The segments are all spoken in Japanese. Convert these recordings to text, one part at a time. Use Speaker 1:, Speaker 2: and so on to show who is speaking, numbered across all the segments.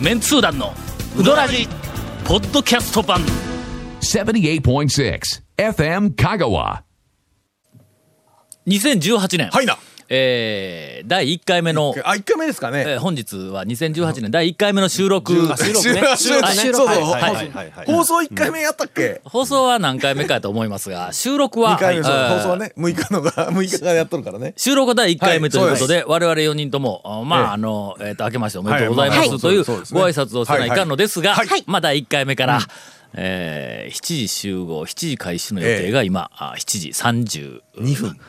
Speaker 1: メンツー団のウドラジポッドキャスト版
Speaker 2: 78.6 FM Kagawa.
Speaker 1: 2018年、
Speaker 3: はいな。
Speaker 1: えー第1回目の、
Speaker 3: あ、一回目ですか
Speaker 1: え
Speaker 3: ね。
Speaker 1: ー本日は2018年第1回目の収録
Speaker 3: あ
Speaker 1: はい
Speaker 3: 収録
Speaker 1: はい
Speaker 3: そうそう
Speaker 1: はいはい
Speaker 3: はいはい放送一回目やったっけ
Speaker 1: 放送は何回目かと思いますが収録は
Speaker 3: 二回目そう
Speaker 1: えー
Speaker 3: 放送はね、6日のが、6日がやっとるからね。
Speaker 1: 収録第1回目ということで、我々4人とも、あまあ、
Speaker 3: ええ
Speaker 1: あの、えっ、と、明けましておめでとうございます、
Speaker 3: はいまあ
Speaker 1: というご
Speaker 3: そうそうですね
Speaker 1: 挨拶をせないかんのですが、
Speaker 3: はいはい
Speaker 1: まあ、第1回目から、えー7時集合、7時開始の予定が今、あ7時30。
Speaker 3: 2分。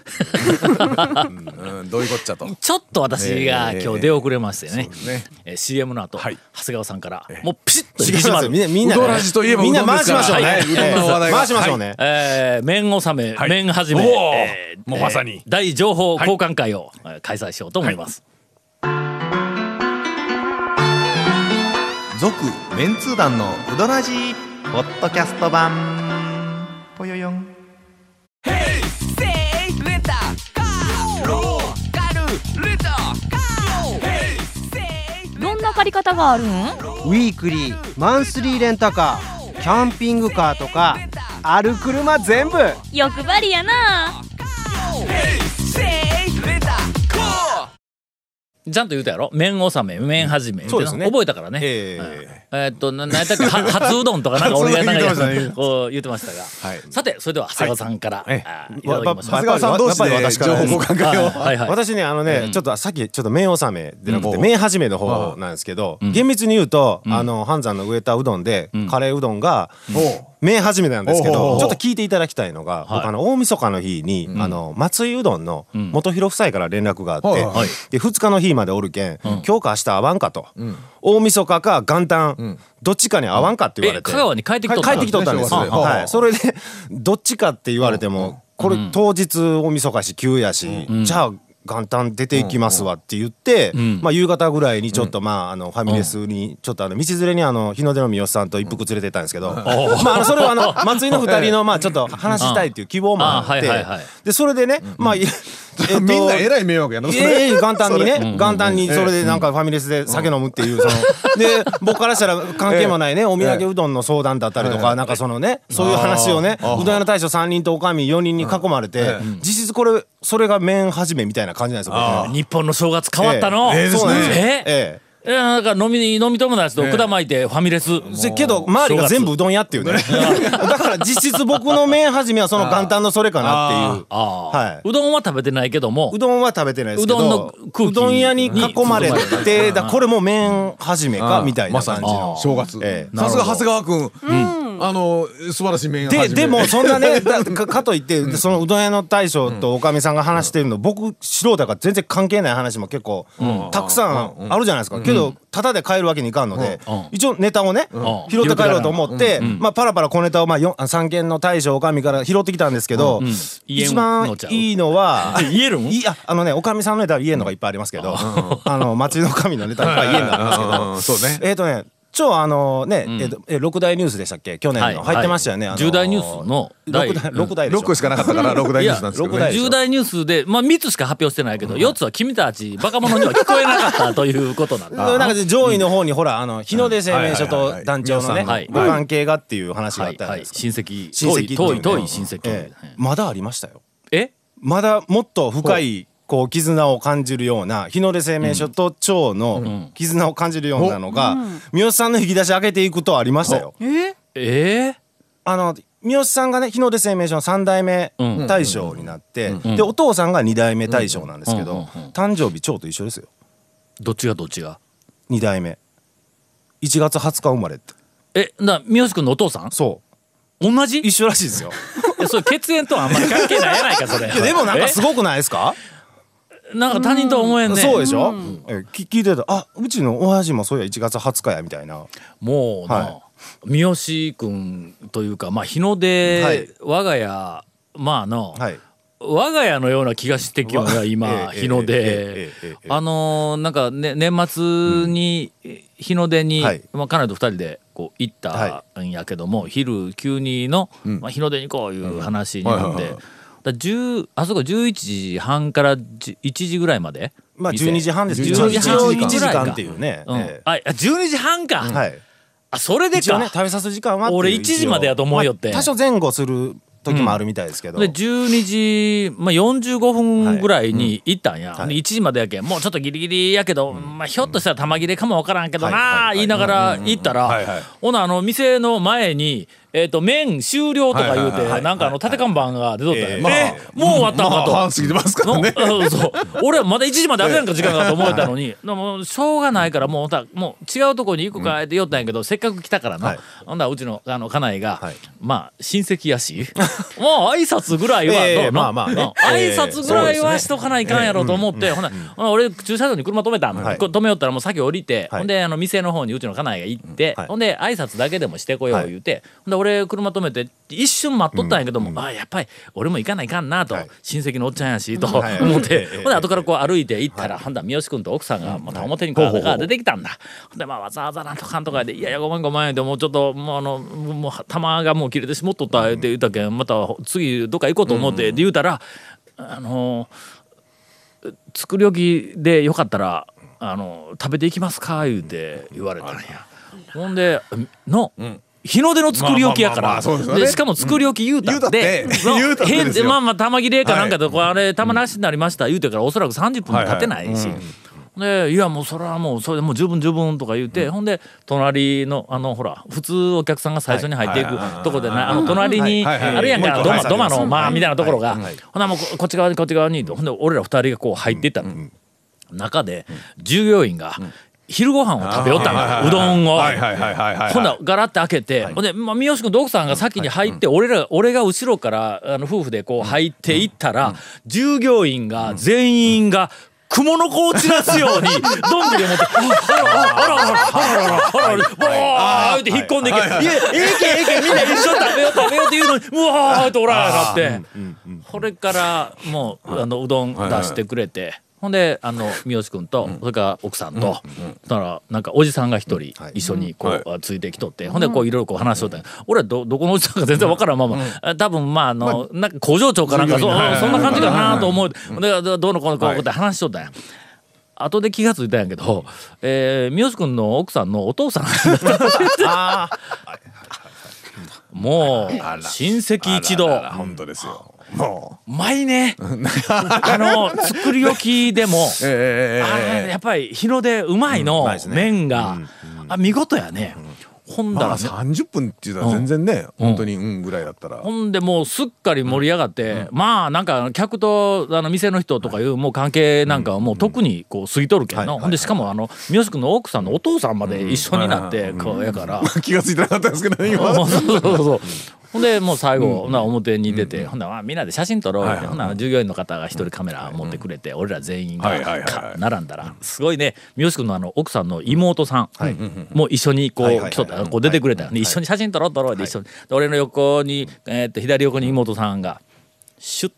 Speaker 3: うん、どういうこっちゃと。
Speaker 1: ちょっと私が
Speaker 3: ええ
Speaker 1: 今日出遅れましてね
Speaker 3: そうですね
Speaker 1: えー CM の後、
Speaker 3: はい
Speaker 1: 長谷川さんから、もうピシッと
Speaker 4: 違
Speaker 1: 引き
Speaker 4: います
Speaker 1: 締ま
Speaker 4: よ
Speaker 1: る
Speaker 4: みんな、みんなね、
Speaker 3: うどらじといえば
Speaker 4: みんな
Speaker 3: うどん
Speaker 4: 回
Speaker 3: です
Speaker 4: し
Speaker 3: から
Speaker 4: ましょ
Speaker 3: は
Speaker 4: うね。
Speaker 3: いうどんの話題が
Speaker 4: 回しましょうね。
Speaker 1: えー、面納め、
Speaker 3: い
Speaker 1: 面始め、
Speaker 3: おー
Speaker 1: えー
Speaker 3: もうまさに
Speaker 1: えー大情報交換会をえー開催しようと思います。
Speaker 5: 続メンツー団のウドラジポッドキャスト版ぽよよん
Speaker 6: どんな借り方があるん
Speaker 7: ウィークリーマンスリーレンタカーキャンピングカーとかある車全部
Speaker 6: 欲張りやな
Speaker 1: ちゃんと言うたやろ麺納め麺始め、
Speaker 4: そうですね
Speaker 1: 覚えたからね、
Speaker 4: え
Speaker 1: えーっとな何やったっけは初うどんとかなんか俺がなん
Speaker 4: 初うどん言ってま
Speaker 1: か
Speaker 4: したね
Speaker 1: こう言ってましたが、
Speaker 4: はい
Speaker 1: さてそれでは長谷川さんから、
Speaker 4: え
Speaker 1: あーい
Speaker 4: えわ
Speaker 1: ただきましょう
Speaker 3: 長
Speaker 4: ば
Speaker 3: 谷川さん同士で
Speaker 4: やっぱり私か
Speaker 3: 情
Speaker 4: ら
Speaker 3: 報交換会を。
Speaker 1: はいはい
Speaker 4: 私ねあのね、ちょっとさっきちょっと麺納めでなくて
Speaker 3: うん
Speaker 4: 麺始めの方なんですけど、厳密に言うと、あの半山の植えたうどんで、カレーうどんが
Speaker 3: お
Speaker 4: 麺始めなんですけ
Speaker 3: おうおうお
Speaker 4: ど
Speaker 3: う
Speaker 4: ちょっと聞いていただきたいの
Speaker 1: は
Speaker 4: が、
Speaker 1: い
Speaker 4: 僕あの大晦日の日に、あの松井うどんの元広夫妻から連絡があって、
Speaker 3: はいはい
Speaker 4: で2日の日までおるけん、今日か明日会わんかと、大晦日か元旦、どっちかに会わんかって言われ
Speaker 1: え
Speaker 4: て、
Speaker 1: 香川に帰ってきとった
Speaker 4: 帰ってきとったんですよ、
Speaker 3: はい
Speaker 4: はい、それで どっちかって言われても、これ当日大晦日し急やし、じゃあ元旦出ていきますわって言って、まあ、夕方ぐらいにちょっと、まあ、あのファミレスにちょっとあの道連れにあの日の出の三好さんと一服連れてったんですけど、まあ、あのそれは あの松井の二人のまあちょっと話したいっていう希望もあ
Speaker 1: あは
Speaker 4: っ
Speaker 1: い
Speaker 4: て
Speaker 1: はいはい
Speaker 4: でそれでね、まあいえっ と
Speaker 3: みんなえらい迷惑やな。それ
Speaker 4: ええ元旦にね元旦にそれでなんかファミレスで酒飲むっていうそので僕からしたら関係もないねお土産うどんの相談だったりとかなんかそのねそういう話をねうどん屋の大将3人とおかみ4人に囲まれて実質これそれが麺始めみたいな感じなんですよ僕の
Speaker 1: 日本の正月変わったの、
Speaker 3: ええええですね
Speaker 1: ええ
Speaker 4: え
Speaker 1: えなんか飲みに飲み友達と管巻いてファミレス、
Speaker 4: えせけど周りが全部うどん屋っていうね だから実質僕の麺始めはその元旦のそれかなっていうはいう
Speaker 1: どんは食べてないけども
Speaker 4: うどんは食べてないですけど
Speaker 1: うどんの空気
Speaker 4: うどん屋に囲まれ
Speaker 1: に囲ま
Speaker 4: てだこれも麺始めかみたいな感じの
Speaker 3: 正月
Speaker 4: え。え
Speaker 3: さすが長谷川くん。あの、素晴らしい面
Speaker 4: で
Speaker 3: 始め
Speaker 4: でもそんな ねだかかといってでそのうどん屋の大将とおかみさんが話してるの僕素人だから全然関係ない話も結構たくさんあるじゃないですかけどタダで帰るわけにいかんので一応ネタをね
Speaker 1: ん
Speaker 4: 拾って帰ろうと思ってまあパラパラ小ネタをまあよん三軒の大将おかみから拾ってきたんですけど一
Speaker 1: 言えん
Speaker 4: 番
Speaker 1: のちゃう
Speaker 4: いいのは
Speaker 1: 言えるん
Speaker 4: いやあのねおかみさんのネタは言えんのがいっぱいありますけどあの町のおかみのネタはいっぱい言えんのがあるんですけど
Speaker 3: うんそうね。
Speaker 4: えっ、とね、超あのね、えーとえ六大ニュースでしたっけ去年の、
Speaker 1: はい
Speaker 4: 入ってましたよね。あの
Speaker 1: 重大ニュースの第
Speaker 4: 六大六大でしょ
Speaker 3: 6個しかなかっ たから、6大ニュースなんですけど
Speaker 4: いや
Speaker 3: ね。
Speaker 1: 重大ニュースで、まあ、3つしか発表してないけど、4つは君たちバカ者には聞こえなかったということ なんだ。
Speaker 4: なんか上位の方にほらあの日の出製麺所
Speaker 3: はいはいは
Speaker 4: と
Speaker 3: い
Speaker 4: 団長のね、
Speaker 1: はい
Speaker 4: ご関係がっていう話があ
Speaker 1: は
Speaker 4: っ
Speaker 1: い
Speaker 4: たじゃな
Speaker 1: はいい
Speaker 4: ですか。
Speaker 1: 親戚
Speaker 4: 親戚
Speaker 1: 遠い
Speaker 4: ってう
Speaker 1: 遠
Speaker 4: ね
Speaker 1: い親戚、
Speaker 4: ええまだありましたよ。
Speaker 1: え
Speaker 4: まだもっと深いこう絆を感じるような日の出製麺所と長の絆を感じるようなのが、三好さんの引き出し開けていくとありましたよ。
Speaker 1: え
Speaker 4: あの三好さんがね日の出製麺所の3代目
Speaker 1: うん
Speaker 4: 大将になって、でお父さんが2代目大将なんですけど、
Speaker 1: うんうんうんうん
Speaker 4: 誕生日長と一緒ですよ
Speaker 1: どっちがどっちが
Speaker 4: 2代目1月20日生まれって
Speaker 1: えな三好君のお父さん
Speaker 4: そう
Speaker 1: 同じ い
Speaker 4: 一緒らしいですよ
Speaker 1: やそれ血縁とはあんまり関係ないやないかそれ
Speaker 4: でもなんかす
Speaker 1: え
Speaker 4: ごくないですか
Speaker 1: なんか他人とは思えんね
Speaker 4: そうでしょ、えき聞いてたあうちの親父もそういや1月20日やみたいな
Speaker 1: もうな、
Speaker 4: は
Speaker 1: 三好君というか、まあ、日の出、
Speaker 4: はい
Speaker 1: 我が家まあの、
Speaker 4: はい
Speaker 1: 我が家のような気がしてきよね今
Speaker 4: ええ
Speaker 1: 日の
Speaker 4: ええ
Speaker 1: 出
Speaker 4: ええええ
Speaker 1: あのーなんか、ね、年末に日の出に、
Speaker 4: はい
Speaker 1: まあ、彼女と二人でこう行ったんやけども、昼急にの、まあ、日の出に行こういう話になって、
Speaker 3: うんはいはいはい
Speaker 1: だ10あそこ11時半から1時ぐらいまで
Speaker 4: まあ
Speaker 1: 店
Speaker 4: 12時半ですけど
Speaker 1: 12時半
Speaker 4: 一応1時間っていうね、
Speaker 1: うん
Speaker 4: ええ
Speaker 1: ああ12時半か、
Speaker 4: はい
Speaker 1: あそれで
Speaker 4: 一応
Speaker 1: か、
Speaker 4: ね食べさす時間はっていう
Speaker 1: 俺1時までやと思うよって
Speaker 4: まあ多少前後する時もあるみたいですけど、
Speaker 1: で12時、まあ、45分ぐらいに行ったんや、
Speaker 4: い
Speaker 1: で1時までやけんもうちょっとギリギリやけど、まあ、ひょっとしたら玉切れかもわからんけど
Speaker 4: はい
Speaker 1: な
Speaker 4: は
Speaker 1: あ
Speaker 4: い
Speaker 1: 言いながら行ったら、
Speaker 3: はいはい
Speaker 1: ほなあの店の前に、えー、と麺終了とか言うて、
Speaker 3: はいはいはい
Speaker 1: なんかあの縦看板が出とったんや、
Speaker 4: え
Speaker 1: え
Speaker 4: えまあ
Speaker 1: もう終わったのかと。
Speaker 3: まあ半過ぎてますからね。
Speaker 1: のうん そう俺はまだ1時まであるやんか時間がと思えたのに、でもしょうがないからもうたもう違うとこに行くかって言おったんやけど、せっかく来たからな、
Speaker 4: はい
Speaker 1: ほんだらうちのあの家内が、
Speaker 4: はい
Speaker 1: まあ親戚や しもう挨拶ぐらいはどう
Speaker 4: ええ
Speaker 1: の
Speaker 4: まあまあね
Speaker 1: うん挨拶ぐらいはしとかないかんやろと思って、ほなほな俺駐車場に車止めたん、
Speaker 4: はい
Speaker 1: こ止めよったらもう先降りて、
Speaker 4: はい
Speaker 1: ほんであの店の方にうちの家内が行って、
Speaker 4: はい
Speaker 1: ほんで挨拶だけでもしてこよ
Speaker 4: は
Speaker 1: う
Speaker 4: い
Speaker 1: 言うて、ほんで俺車止めて一瞬待っとったんやけども、あやっぱり俺も行かないかんなと、
Speaker 4: はい
Speaker 1: 親戚のおっちゃんやしと
Speaker 4: い
Speaker 1: 思って、
Speaker 4: ええ
Speaker 1: ほんで後からこう歩いて行ったら、ほんだら三好君と奥さんがまた表にこう
Speaker 4: ほうほうほう
Speaker 1: 出てきたんだ、ほんでまあわざわざなんとかんとかで「いやいやごめんごめん」ってもうちょっともうあのもう玉がもう切れてしもっとったって言ったけんまた次どっか行こうと思って、って言うたら「あのー作り置きでよかったらあの食べていきますか?」言うて言われたんや。ほんでの、日の出の作り置きやか
Speaker 3: ま
Speaker 1: ら
Speaker 3: あまあまあそうですよね
Speaker 1: でしかも作り置き言うたって
Speaker 3: うん言う
Speaker 1: の
Speaker 3: たって言うたってですよ
Speaker 1: 変まあまあ玉切れかなんかでこうあれ玉なしになりました言うてからおそらく30分も経ってないし。でいやもうそれはもうそれでもう十分十分とか言って、ほんで隣のあのほら普通お客さんが最初に入っていくとこでなあの隣に
Speaker 3: はいはいはい
Speaker 1: あるやん
Speaker 3: もう
Speaker 1: か
Speaker 3: 一
Speaker 1: ド
Speaker 3: 個
Speaker 1: マドマ
Speaker 3: はい
Speaker 1: の
Speaker 3: はい
Speaker 1: まあみたいなところが、
Speaker 4: はいはい
Speaker 1: ほなもうここっち側にこっち側にとほんで俺ら二人がこう入っていったの、中で従業員が昼ご飯を食べよったの、うどんを。
Speaker 3: はいはいはいはいはい。
Speaker 1: ほんならガラッて開けて、ほんで、まあ、三好君と奥さんが先に入って、俺ら俺が後ろからあの夫婦でこう入っていったら、従業員が全員が、蜘蛛の子を散らすように、どんぐりを持って、あらあらあらあらあらあらあらあらあら、わーって引っ込んでいけ、いや、ええけええけ、みんな一緒に食べよう食べようって言うのに、うわーっておらーなって、これからもう、あの、うどん出してくれて、ほんで、あの、三好君と、それから奥さんと、だから、なんかおじさんが一人
Speaker 4: はい
Speaker 1: 一緒にこう、ついてきとって、ほんで、こう、いろいろこう話しとったんや俺はど、どこのおじさんか全然わからんまま、あ多分、まあ、あの、なんか工場長かなんか、
Speaker 3: 従
Speaker 1: そ
Speaker 3: 業
Speaker 1: う
Speaker 3: 員のはいはい
Speaker 1: そんな感じかなと思う。で、どどうのこうのこうって話しとったんや。後で気がついたんやけど、えー、三好君の奥さんのお父さんもう親戚一同
Speaker 3: あららら本当ですよ。も
Speaker 1: うまいねあの作り置きでも、
Speaker 3: う。ええ
Speaker 1: あ
Speaker 3: ええええ
Speaker 1: ーやっぱり日の出うまいの、
Speaker 4: まいですね
Speaker 1: 麺が、あ見事やね、ほんだ
Speaker 3: ま
Speaker 1: ら
Speaker 3: あ
Speaker 1: さ、
Speaker 3: 三十分っていうのは全然ね、本当にうんぐらいだったら。
Speaker 1: ほんでもうすっかり盛り上がって、まあなんか客とあの店の人とかいうもう関係なんかはもう特にこう過ぎとるけんの、ほんでしかもあの三好君の奥さんのお父さんまで一緒になってこうやから。
Speaker 3: 気がついてなかったんですけどね 今。
Speaker 1: そうそうそうそう。ほんでもう最後、ほな表に出て、ほんならまあみんなで写真撮ろうって、ほんなら従業員の方が一人カメラ持ってくれて、俺ら全員が、
Speaker 3: はいはいはいはい
Speaker 1: か並んだらすごいね三好君のあの奥さんの妹さん、も一緒にこう,、
Speaker 4: はいはいはい
Speaker 1: 来とったこう出てくれたよね、一緒に写真撮ろう撮ろうって一緒に、で俺の横に、えーっと左横に妹さんがシュッ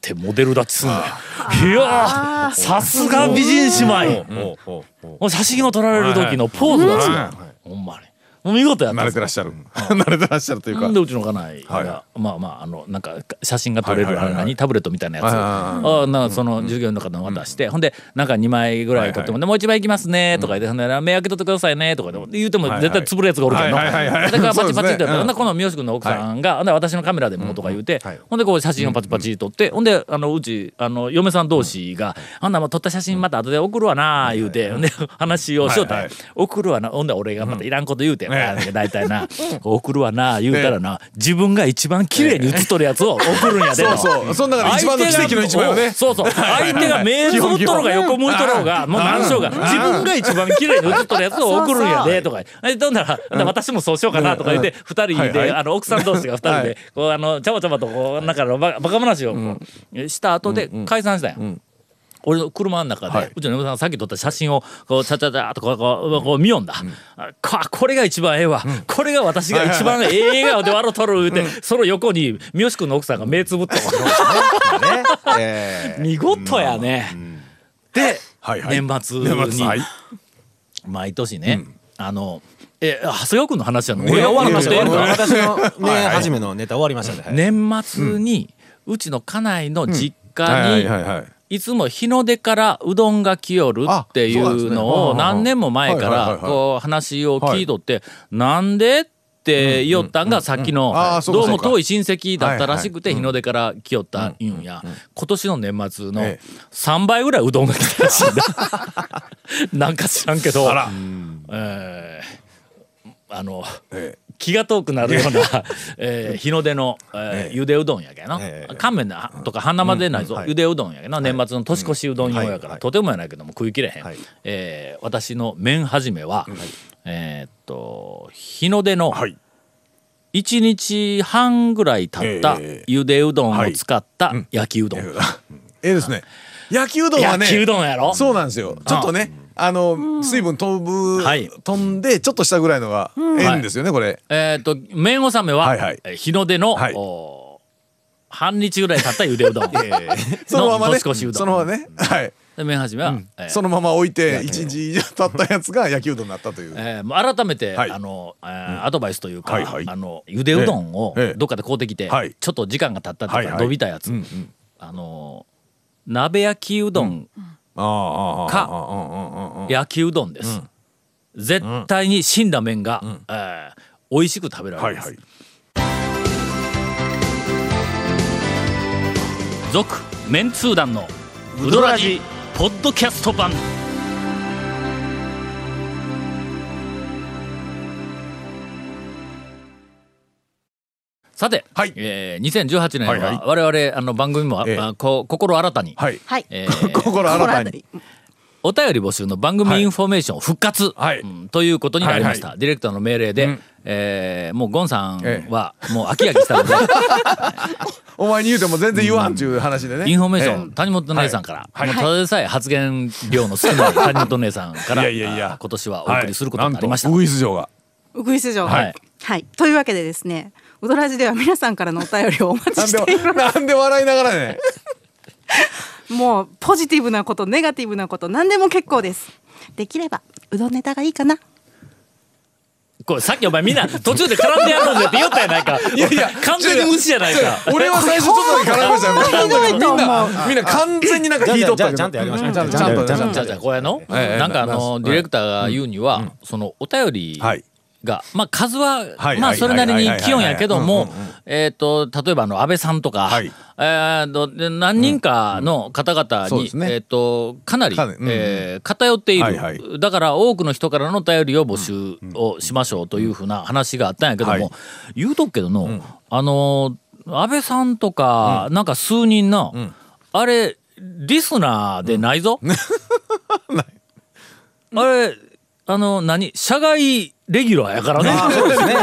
Speaker 1: てモデル立ちすんだよ。いやーさすが美人姉妹もう写真を撮られる時のポーズが違う、ほんまにもう見事やった
Speaker 3: 慣れてらっしゃる。 慣れてらっしゃるというか。
Speaker 1: でうちの家内が、
Speaker 3: は
Speaker 1: まあまああのなんか写真が撮れる、
Speaker 3: はいはいはい
Speaker 1: あれ何タブレットみたいなやつ、
Speaker 3: はいはい
Speaker 1: ああなんかその従業員の方に渡して、ほんでなんか2枚ぐらい取っても、
Speaker 3: はいはい
Speaker 1: でもう1枚いきますね」とか言って、ほんで目開けとってくださいね」とか言って言うても絶対潰るやつがおるけど、
Speaker 3: はいはいはいはい
Speaker 1: だからパチパチってやっ
Speaker 3: そ
Speaker 1: て、
Speaker 3: うですねうん
Speaker 1: ほんでこの三好君の奥さんが、ほんで私のカメラでもとか言うて、ほんでこう写真をパチパチ撮って、ほんであのうちあの嫁さん同士が「ほんならもう撮った写真また後で送るわな」言うて、ほんで話をしようたんや、
Speaker 3: はいはい
Speaker 1: 送るわなほんで俺がまたいらんこと言うて、あー大体な「送るわな」言うたらな自分が一番綺麗に写っとるやつを送るんやで。
Speaker 3: そうそう。その中で一番の奇跡の一枚をね。
Speaker 1: そうそう。相手が目つぶっとろうが横向いとろうが、もう何しようが、自分が一番綺麗に写っとるやつを送るんやで、とか。え、どんなら、私もそうしようかな、とか言って、二人
Speaker 3: はい
Speaker 1: で、
Speaker 3: はい
Speaker 1: あの、奥さん同士が二人で、こう、あの、ちゃばちゃばと、こう、なんかのバカバカ話をこうした後で解散したんや。俺の車の中で、
Speaker 3: はいう
Speaker 1: ちの嫁さんがさっき撮った写真をこうチャチャチャっとこうこうこう見よんだ、あかこれが一番ええわ、これが私が一番ええ笑顔で笑うとるって、その横に三好君の奥さんが目つぶったわ
Speaker 4: ねえ
Speaker 1: 見事やね、で、
Speaker 3: はいはい
Speaker 1: 年末に
Speaker 3: 年末はい
Speaker 1: 毎年ね、あのえ長谷川君の話やの俺が終わらなくてええのか
Speaker 4: 私のね、初めのネタ終わりましたね、
Speaker 1: 年末に、うちの家内の実家に、
Speaker 3: はいはいはいはい。
Speaker 1: いつも日の出からうどんが来よるってい
Speaker 3: あそうなんです
Speaker 1: う
Speaker 3: ね
Speaker 1: のを
Speaker 3: はあはあ
Speaker 1: 何年も前か
Speaker 3: はいはい
Speaker 1: ら
Speaker 3: はいはい
Speaker 1: こう話を聞いとって、なんでって言おったんがさっきの
Speaker 3: うんああそうか
Speaker 1: どうも
Speaker 3: そうか
Speaker 1: 遠い親戚だったらしくて日の出から来よったんや今年の年末の
Speaker 3: ええ
Speaker 1: 3倍ぐらいうどんが来たらしいんだなん か知らんけど
Speaker 3: あら、
Speaker 1: えーあの
Speaker 3: ええ
Speaker 1: 気が遠くなるような、 えー日の出の、えー
Speaker 3: ええ
Speaker 1: ゆでうどんやけな、
Speaker 4: ええ
Speaker 1: 乾麺なとか半生でないぞ、
Speaker 4: うんはい
Speaker 1: ゆでうどんやけな、年末の年越しうどん用やから、
Speaker 4: はい
Speaker 1: とてもやないけども食い切れへん、
Speaker 4: はい
Speaker 1: えー私の麺始めは、えーっと日の出の
Speaker 3: はい
Speaker 1: 1日半ぐらい経った
Speaker 3: ええ
Speaker 1: ゆでうどんを使った焼きうどん、
Speaker 3: ええですね焼きうどんはね
Speaker 1: 焼きうどんやろ
Speaker 3: そうなんですよちょっとねあの水分飛ぶ
Speaker 1: はい
Speaker 3: 飛んでちょっとしたぐらいのがええんですよねこれ
Speaker 1: えーっと麺納めは、
Speaker 3: はいはい
Speaker 1: えー日の出の、
Speaker 3: はい
Speaker 1: お半日ぐらい経ったゆでうど ん
Speaker 3: そのまま
Speaker 1: の
Speaker 3: ね
Speaker 1: 年越しうどん
Speaker 3: そのままねはい
Speaker 1: で麺始めは、えー
Speaker 3: そのまま置いて一日以上経ったやつが焼きうどんになった という
Speaker 1: えーもう改めて、
Speaker 3: はい
Speaker 1: あの、えーアドバイスというか、
Speaker 3: はいはい
Speaker 1: あのゆでうどんを
Speaker 3: ええ
Speaker 1: どっかで買うてきて、
Speaker 3: はい
Speaker 1: ちょっと時間が経ったとか、
Speaker 3: はいはい
Speaker 1: 伸びたやつ、あの鍋焼きうどん、
Speaker 3: あ
Speaker 1: か
Speaker 3: あ
Speaker 1: 焼きうどんです、絶対に死んだ麺が、えー美味しく食べら
Speaker 3: は
Speaker 1: れ
Speaker 3: い
Speaker 1: ます
Speaker 3: はい
Speaker 1: 「続、メンツー団のウドラジポッドキャスト版」さて、
Speaker 3: はい
Speaker 1: えー、2018年は
Speaker 3: はいはい
Speaker 1: 我々あの番組も、あ
Speaker 3: ええ
Speaker 1: あこ心新たに、
Speaker 3: はい
Speaker 8: はい。
Speaker 1: えー
Speaker 3: 心新たに
Speaker 1: お便り募集の番組インフォメーション復活、
Speaker 3: はい
Speaker 1: うんということになりました、
Speaker 3: は
Speaker 1: ディレクターの命令で、
Speaker 3: うん
Speaker 1: えーもうゴンさん
Speaker 3: ええ
Speaker 1: はもう飽き飽きしたので、
Speaker 3: お前に言うても全然言わんっていう話でね
Speaker 1: インフォメーション、
Speaker 3: ええ
Speaker 1: 谷本姉さんから、
Speaker 3: はい
Speaker 1: もうただでさえ発言量の少ない谷本姉さんから
Speaker 3: いやいやいや
Speaker 1: あ今年はお送りすることになりました、
Speaker 3: はいなんとウグイス嬢が
Speaker 8: ウグイス城。
Speaker 1: は
Speaker 8: はいい。というわけでですね、ウドラジでは皆さんからのお便りをお待
Speaker 3: な
Speaker 8: ち
Speaker 3: んで
Speaker 8: しています。
Speaker 3: なんで笑いながらね
Speaker 8: もうポジティブなこと、ネガティブなこと、何でも結構です。できればうどんネタがいいかな。
Speaker 1: これさっきお前みんな途中で絡んでやろうぜって言ったやないかい
Speaker 3: やいや
Speaker 1: 完全に無視やないか
Speaker 3: 俺は最初ちょっとだけ絡みましたよみんなみんな完全になんか引いとったけど
Speaker 4: じゃんとやりましょう
Speaker 3: ちゃんとちゃんと
Speaker 4: じゃんと
Speaker 1: じゃあじゃあこれの、
Speaker 3: ええ
Speaker 1: なんかあ
Speaker 3: まあ
Speaker 1: の、
Speaker 3: うん
Speaker 1: ディレクターが言うには、そのお便りが、
Speaker 3: はい
Speaker 1: まあ数は、
Speaker 3: はい
Speaker 1: まあ
Speaker 3: はい
Speaker 1: それなりに気温やけど
Speaker 3: はい
Speaker 1: も
Speaker 3: はい、
Speaker 1: えっ、と例えばあの安倍さんとか、
Speaker 3: はい
Speaker 1: えーとで何人かの方々
Speaker 3: そう
Speaker 1: に、
Speaker 3: ですね
Speaker 1: えっ、とかなり、
Speaker 3: かなりうん
Speaker 1: えー偏っている、
Speaker 3: はいはい
Speaker 1: だから多くの人からのお便りを募集をしましょうというふうな話があったんやけども、
Speaker 3: はい
Speaker 1: 言うとくけどの、あの安倍さんとか、なんか数人の、あれリスナーでないぞ。 あれ、あの、何社外レギュラーや からね。
Speaker 4: そうですね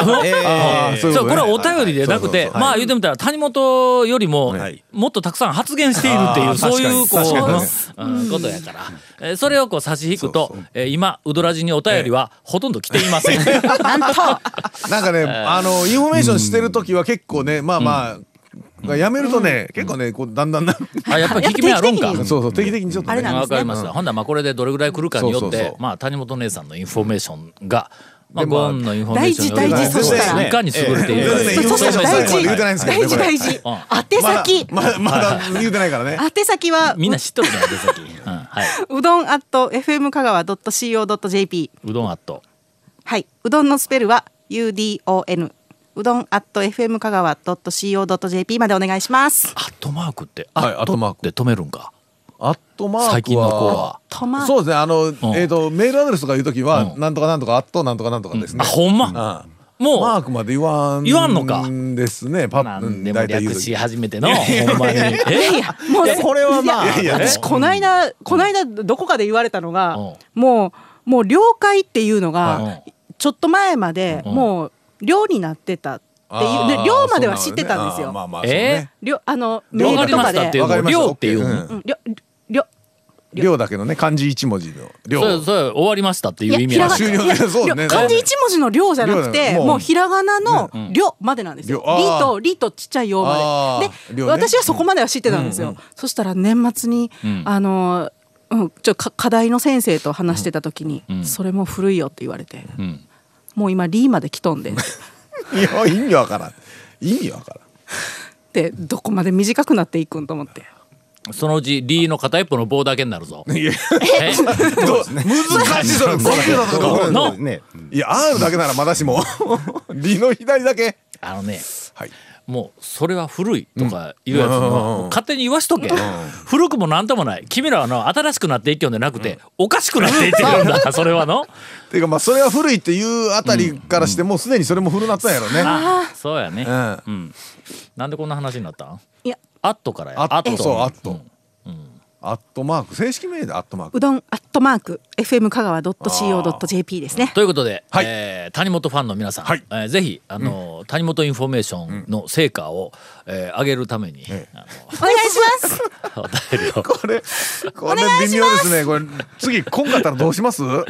Speaker 3: あーそういう
Speaker 1: そう、
Speaker 3: と
Speaker 1: これは
Speaker 3: ね
Speaker 1: お便りでなく
Speaker 3: はい
Speaker 1: て、
Speaker 3: はい
Speaker 1: まあ言うてみたら谷本よりも
Speaker 4: はい、
Speaker 1: もっとたくさん発言しているってい
Speaker 3: あ
Speaker 1: う、
Speaker 3: ー
Speaker 1: そういう、こ
Speaker 3: 確かに
Speaker 1: う、うんことやから。えーそれをこう差し引くと
Speaker 3: そうそう、
Speaker 1: えー今、ウドラジにお便りはほとんど来ていま せん。
Speaker 3: なん かね、あのインフォメーションしてる時は結構ね、まあまあ、やめるとね、結構ね、こうだんだんな、
Speaker 1: あ、やっぱり効き目あるんか
Speaker 8: やっ。ぱ
Speaker 3: そうそう定期的にちょっと
Speaker 8: あれ
Speaker 3: ね、
Speaker 1: わ
Speaker 8: なんですね
Speaker 1: かりました。ほんならまあこれでどれぐらい来るかによって、
Speaker 3: そうそうそう
Speaker 1: まあ谷本姉さんのインフォメーションが、まあ
Speaker 3: でまあ
Speaker 1: ゴンのインフォメーションよりも
Speaker 8: 大事大事そしたら
Speaker 1: いかに優れてい
Speaker 3: え
Speaker 1: る
Speaker 3: え
Speaker 1: か
Speaker 3: 全然ね
Speaker 8: そそしたら
Speaker 3: インフォメーション
Speaker 8: 大
Speaker 3: 最後まで言う
Speaker 8: 事
Speaker 3: てないんですけどね
Speaker 8: 大事
Speaker 3: これ
Speaker 8: 大事。
Speaker 1: うん
Speaker 8: 宛先。
Speaker 3: まだまだ言うてないからね。
Speaker 8: 宛先は
Speaker 1: みんな知っとるから出先。うん、はい。
Speaker 8: うどん at fm 香川 .co.jp
Speaker 1: うどんアット。
Speaker 8: はい、うどんのスペルは UDON うどん at FM 香川 .co.jp までお願いします
Speaker 1: アットマークって、
Speaker 3: は
Speaker 1: ア
Speaker 3: い
Speaker 1: ット
Speaker 3: アットマーク
Speaker 1: で止めるんか。
Speaker 3: あとまあ
Speaker 1: 最近の子は。
Speaker 8: トマ
Speaker 3: そうですね、あの、
Speaker 1: ん
Speaker 3: えっ、と、メールアドレスとかいう時は、
Speaker 1: うん
Speaker 3: なんとかなんとか、あとなんとかなんとかですね
Speaker 1: あ、。ほん
Speaker 3: うん
Speaker 1: ま。もう、
Speaker 3: マークまで言わん。
Speaker 1: 言わんのか
Speaker 3: ですね、パ
Speaker 1: な
Speaker 3: ッ、
Speaker 1: んでも略し
Speaker 3: 時。
Speaker 1: 始めての、ほんまに。
Speaker 8: い
Speaker 1: え
Speaker 8: やもうこれはまあ
Speaker 3: いやいや
Speaker 8: 私この間この間どこかで言われたのが
Speaker 1: うん
Speaker 8: もうもう了解っていうのが
Speaker 1: は
Speaker 8: ちょっと前まで
Speaker 1: うん
Speaker 8: もう寮になってたっていうで寮までは知ってたんで
Speaker 3: あ
Speaker 8: す
Speaker 3: ー
Speaker 8: よ
Speaker 3: まあまあ、そう
Speaker 1: え
Speaker 3: ね。
Speaker 8: 寮あのメ
Speaker 1: わ
Speaker 8: ー
Speaker 1: か
Speaker 8: ル
Speaker 1: り
Speaker 8: と
Speaker 1: ま
Speaker 8: か
Speaker 1: したってい
Speaker 8: で
Speaker 1: う
Speaker 3: わか
Speaker 1: のを、
Speaker 3: りました
Speaker 1: 量っていう
Speaker 3: う
Speaker 1: の。
Speaker 3: ん
Speaker 8: うん寮寮
Speaker 3: 量だけのね、漢字一文字の量。
Speaker 1: そう、そう、終わりましたって
Speaker 8: い
Speaker 1: い
Speaker 8: や
Speaker 1: う意味
Speaker 8: ひら
Speaker 1: や
Speaker 8: が
Speaker 1: し。
Speaker 8: な
Speaker 3: 終了
Speaker 8: いや
Speaker 3: そうね
Speaker 8: 漢字一文字の量じゃなく
Speaker 3: 量
Speaker 8: て
Speaker 3: だよ
Speaker 8: もうひらがなの「量」までなんですよ「
Speaker 3: 量あー
Speaker 8: り」と「り」とちっちゃい「よ」まで
Speaker 3: あー
Speaker 8: で
Speaker 3: 量ね
Speaker 8: 私はそこまでは知ってたんですよそしたら年末に
Speaker 1: ん
Speaker 8: あのーうんちょっとか課題の先生と話してた時に「それも古いよ」って言われて
Speaker 1: ん
Speaker 8: 「もう今「り」まで来とんで」っ
Speaker 3: いや、意味わからん。意味わからん。
Speaker 8: てどこまで短くなっていくんと思って
Speaker 1: そのうちリーの片一方の棒だけになるぞ。え
Speaker 3: 難しいそれコンピューターとか
Speaker 1: どうの
Speaker 4: ね
Speaker 3: いや R だけならまだしも リの左だけ
Speaker 1: あのね、
Speaker 3: はい
Speaker 1: もうそれは古いとかいうやつも、勝手に言わしとけ、古くもなんともない君らはの新しくなっていきよんじゃなくて、おかしくなっていってるんだそれはの
Speaker 3: っていうかまあそれは古いっていうあたりからしてもうすでにそれも古なったんやろね
Speaker 1: あそうやね、
Speaker 3: うん
Speaker 1: うんなんでこんな話になったん
Speaker 8: いや
Speaker 1: アットからや
Speaker 3: アットそうアッ
Speaker 1: う
Speaker 3: ト
Speaker 1: ん
Speaker 3: アットマーク正式名でアットマーク
Speaker 8: うどんアットマーク FM 香川 .co.jp ですね
Speaker 1: ということで、
Speaker 3: はい
Speaker 1: えー谷本ファンの皆さん、
Speaker 3: はい
Speaker 1: えーぜひあの、谷本インフォメーションの成果を、えー上げるために、
Speaker 3: え
Speaker 1: あ
Speaker 8: お願いします
Speaker 1: のお便りを
Speaker 3: これこれ微妙ですねこれ次こんかったらどうしますは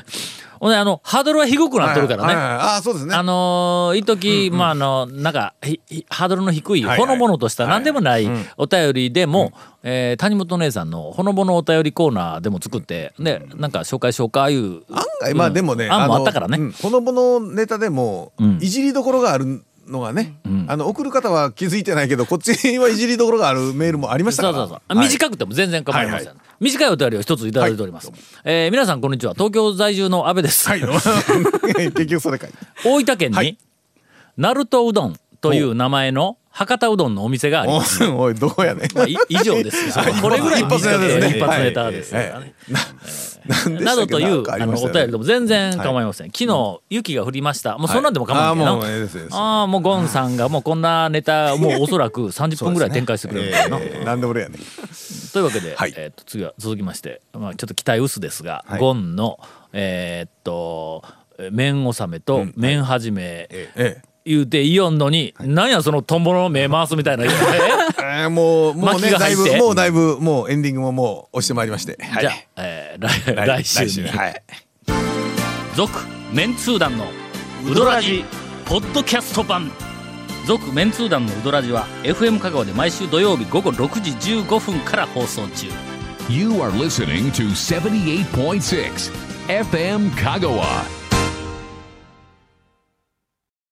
Speaker 1: ほんであのハードルは低くなっとるからね、
Speaker 3: いはいはい ああそうですね
Speaker 1: あのー、一時、まああのなんかひひハードルの低い
Speaker 3: はい
Speaker 1: ほのぼのとした何でもないお便りでも、えー谷本姉さんのほのぼのお便りコーナーでも作ってでなんか紹介紹介いう
Speaker 3: 案外まあでもね、
Speaker 1: うん案もあったからね
Speaker 3: のうんほのぼのネタでも
Speaker 1: ん
Speaker 3: いじりどころがあるのがね、あの送る方は気づいてないけどこっちはいじりどころがあるメールもありました
Speaker 1: そ
Speaker 3: か
Speaker 1: う
Speaker 3: ら
Speaker 1: そうそう、
Speaker 3: はい
Speaker 1: 短くても全然構いません、
Speaker 3: はいは
Speaker 1: 短いお便りを一ついただいております、えー皆さんこんにちは東京在住の阿部です、
Speaker 3: はい結局それかい
Speaker 1: 大分県に、
Speaker 3: はい
Speaker 1: ナルトうどんという名前の博多うどんのお店があります
Speaker 3: おおいどこやねん
Speaker 1: まあ、い 以上ですよこれぐらい
Speaker 3: 一発ネタですね
Speaker 1: 一発ネタですからね、
Speaker 3: なんでした
Speaker 1: な
Speaker 3: っけ
Speaker 1: どとい
Speaker 3: なん
Speaker 1: う
Speaker 3: か
Speaker 1: あ
Speaker 3: り
Speaker 1: の
Speaker 3: まし
Speaker 1: お
Speaker 3: た
Speaker 1: 便
Speaker 3: よね
Speaker 1: りでも全然構いません、昨日雪が降りましたもうそんなんでも構わない
Speaker 3: あ
Speaker 1: け
Speaker 3: ーもうええ
Speaker 1: ど
Speaker 3: ですええです
Speaker 1: ああもうゴンさんがもうこんなネタもうおそらく30分ぐらい展開してくれるんだよな、
Speaker 3: えーなんで俺やねん
Speaker 1: というわけで、
Speaker 3: はい
Speaker 1: えー、と次は続きまして、まあ、ちょっと期待薄ですが、ゴンのえーっと麺納めと麺始め、
Speaker 3: え
Speaker 1: 言うてイオンのに、なんやそのトンボの目回すみたいな言うて
Speaker 3: ええーもうもう
Speaker 1: 巻
Speaker 3: ね
Speaker 1: きが
Speaker 3: だ
Speaker 1: 入
Speaker 3: い
Speaker 1: って
Speaker 3: ぶもうだいぶもうエンディングももう押してまいりまして
Speaker 1: じゃあ、えー来来週に
Speaker 3: はい
Speaker 1: 続メンツー団のウドラジポッドキャスト版続メンツー団のウドラジは FM 香川で毎週土曜日午後6時15分から放送中
Speaker 2: You are listening to 78.6 FM Kagawa.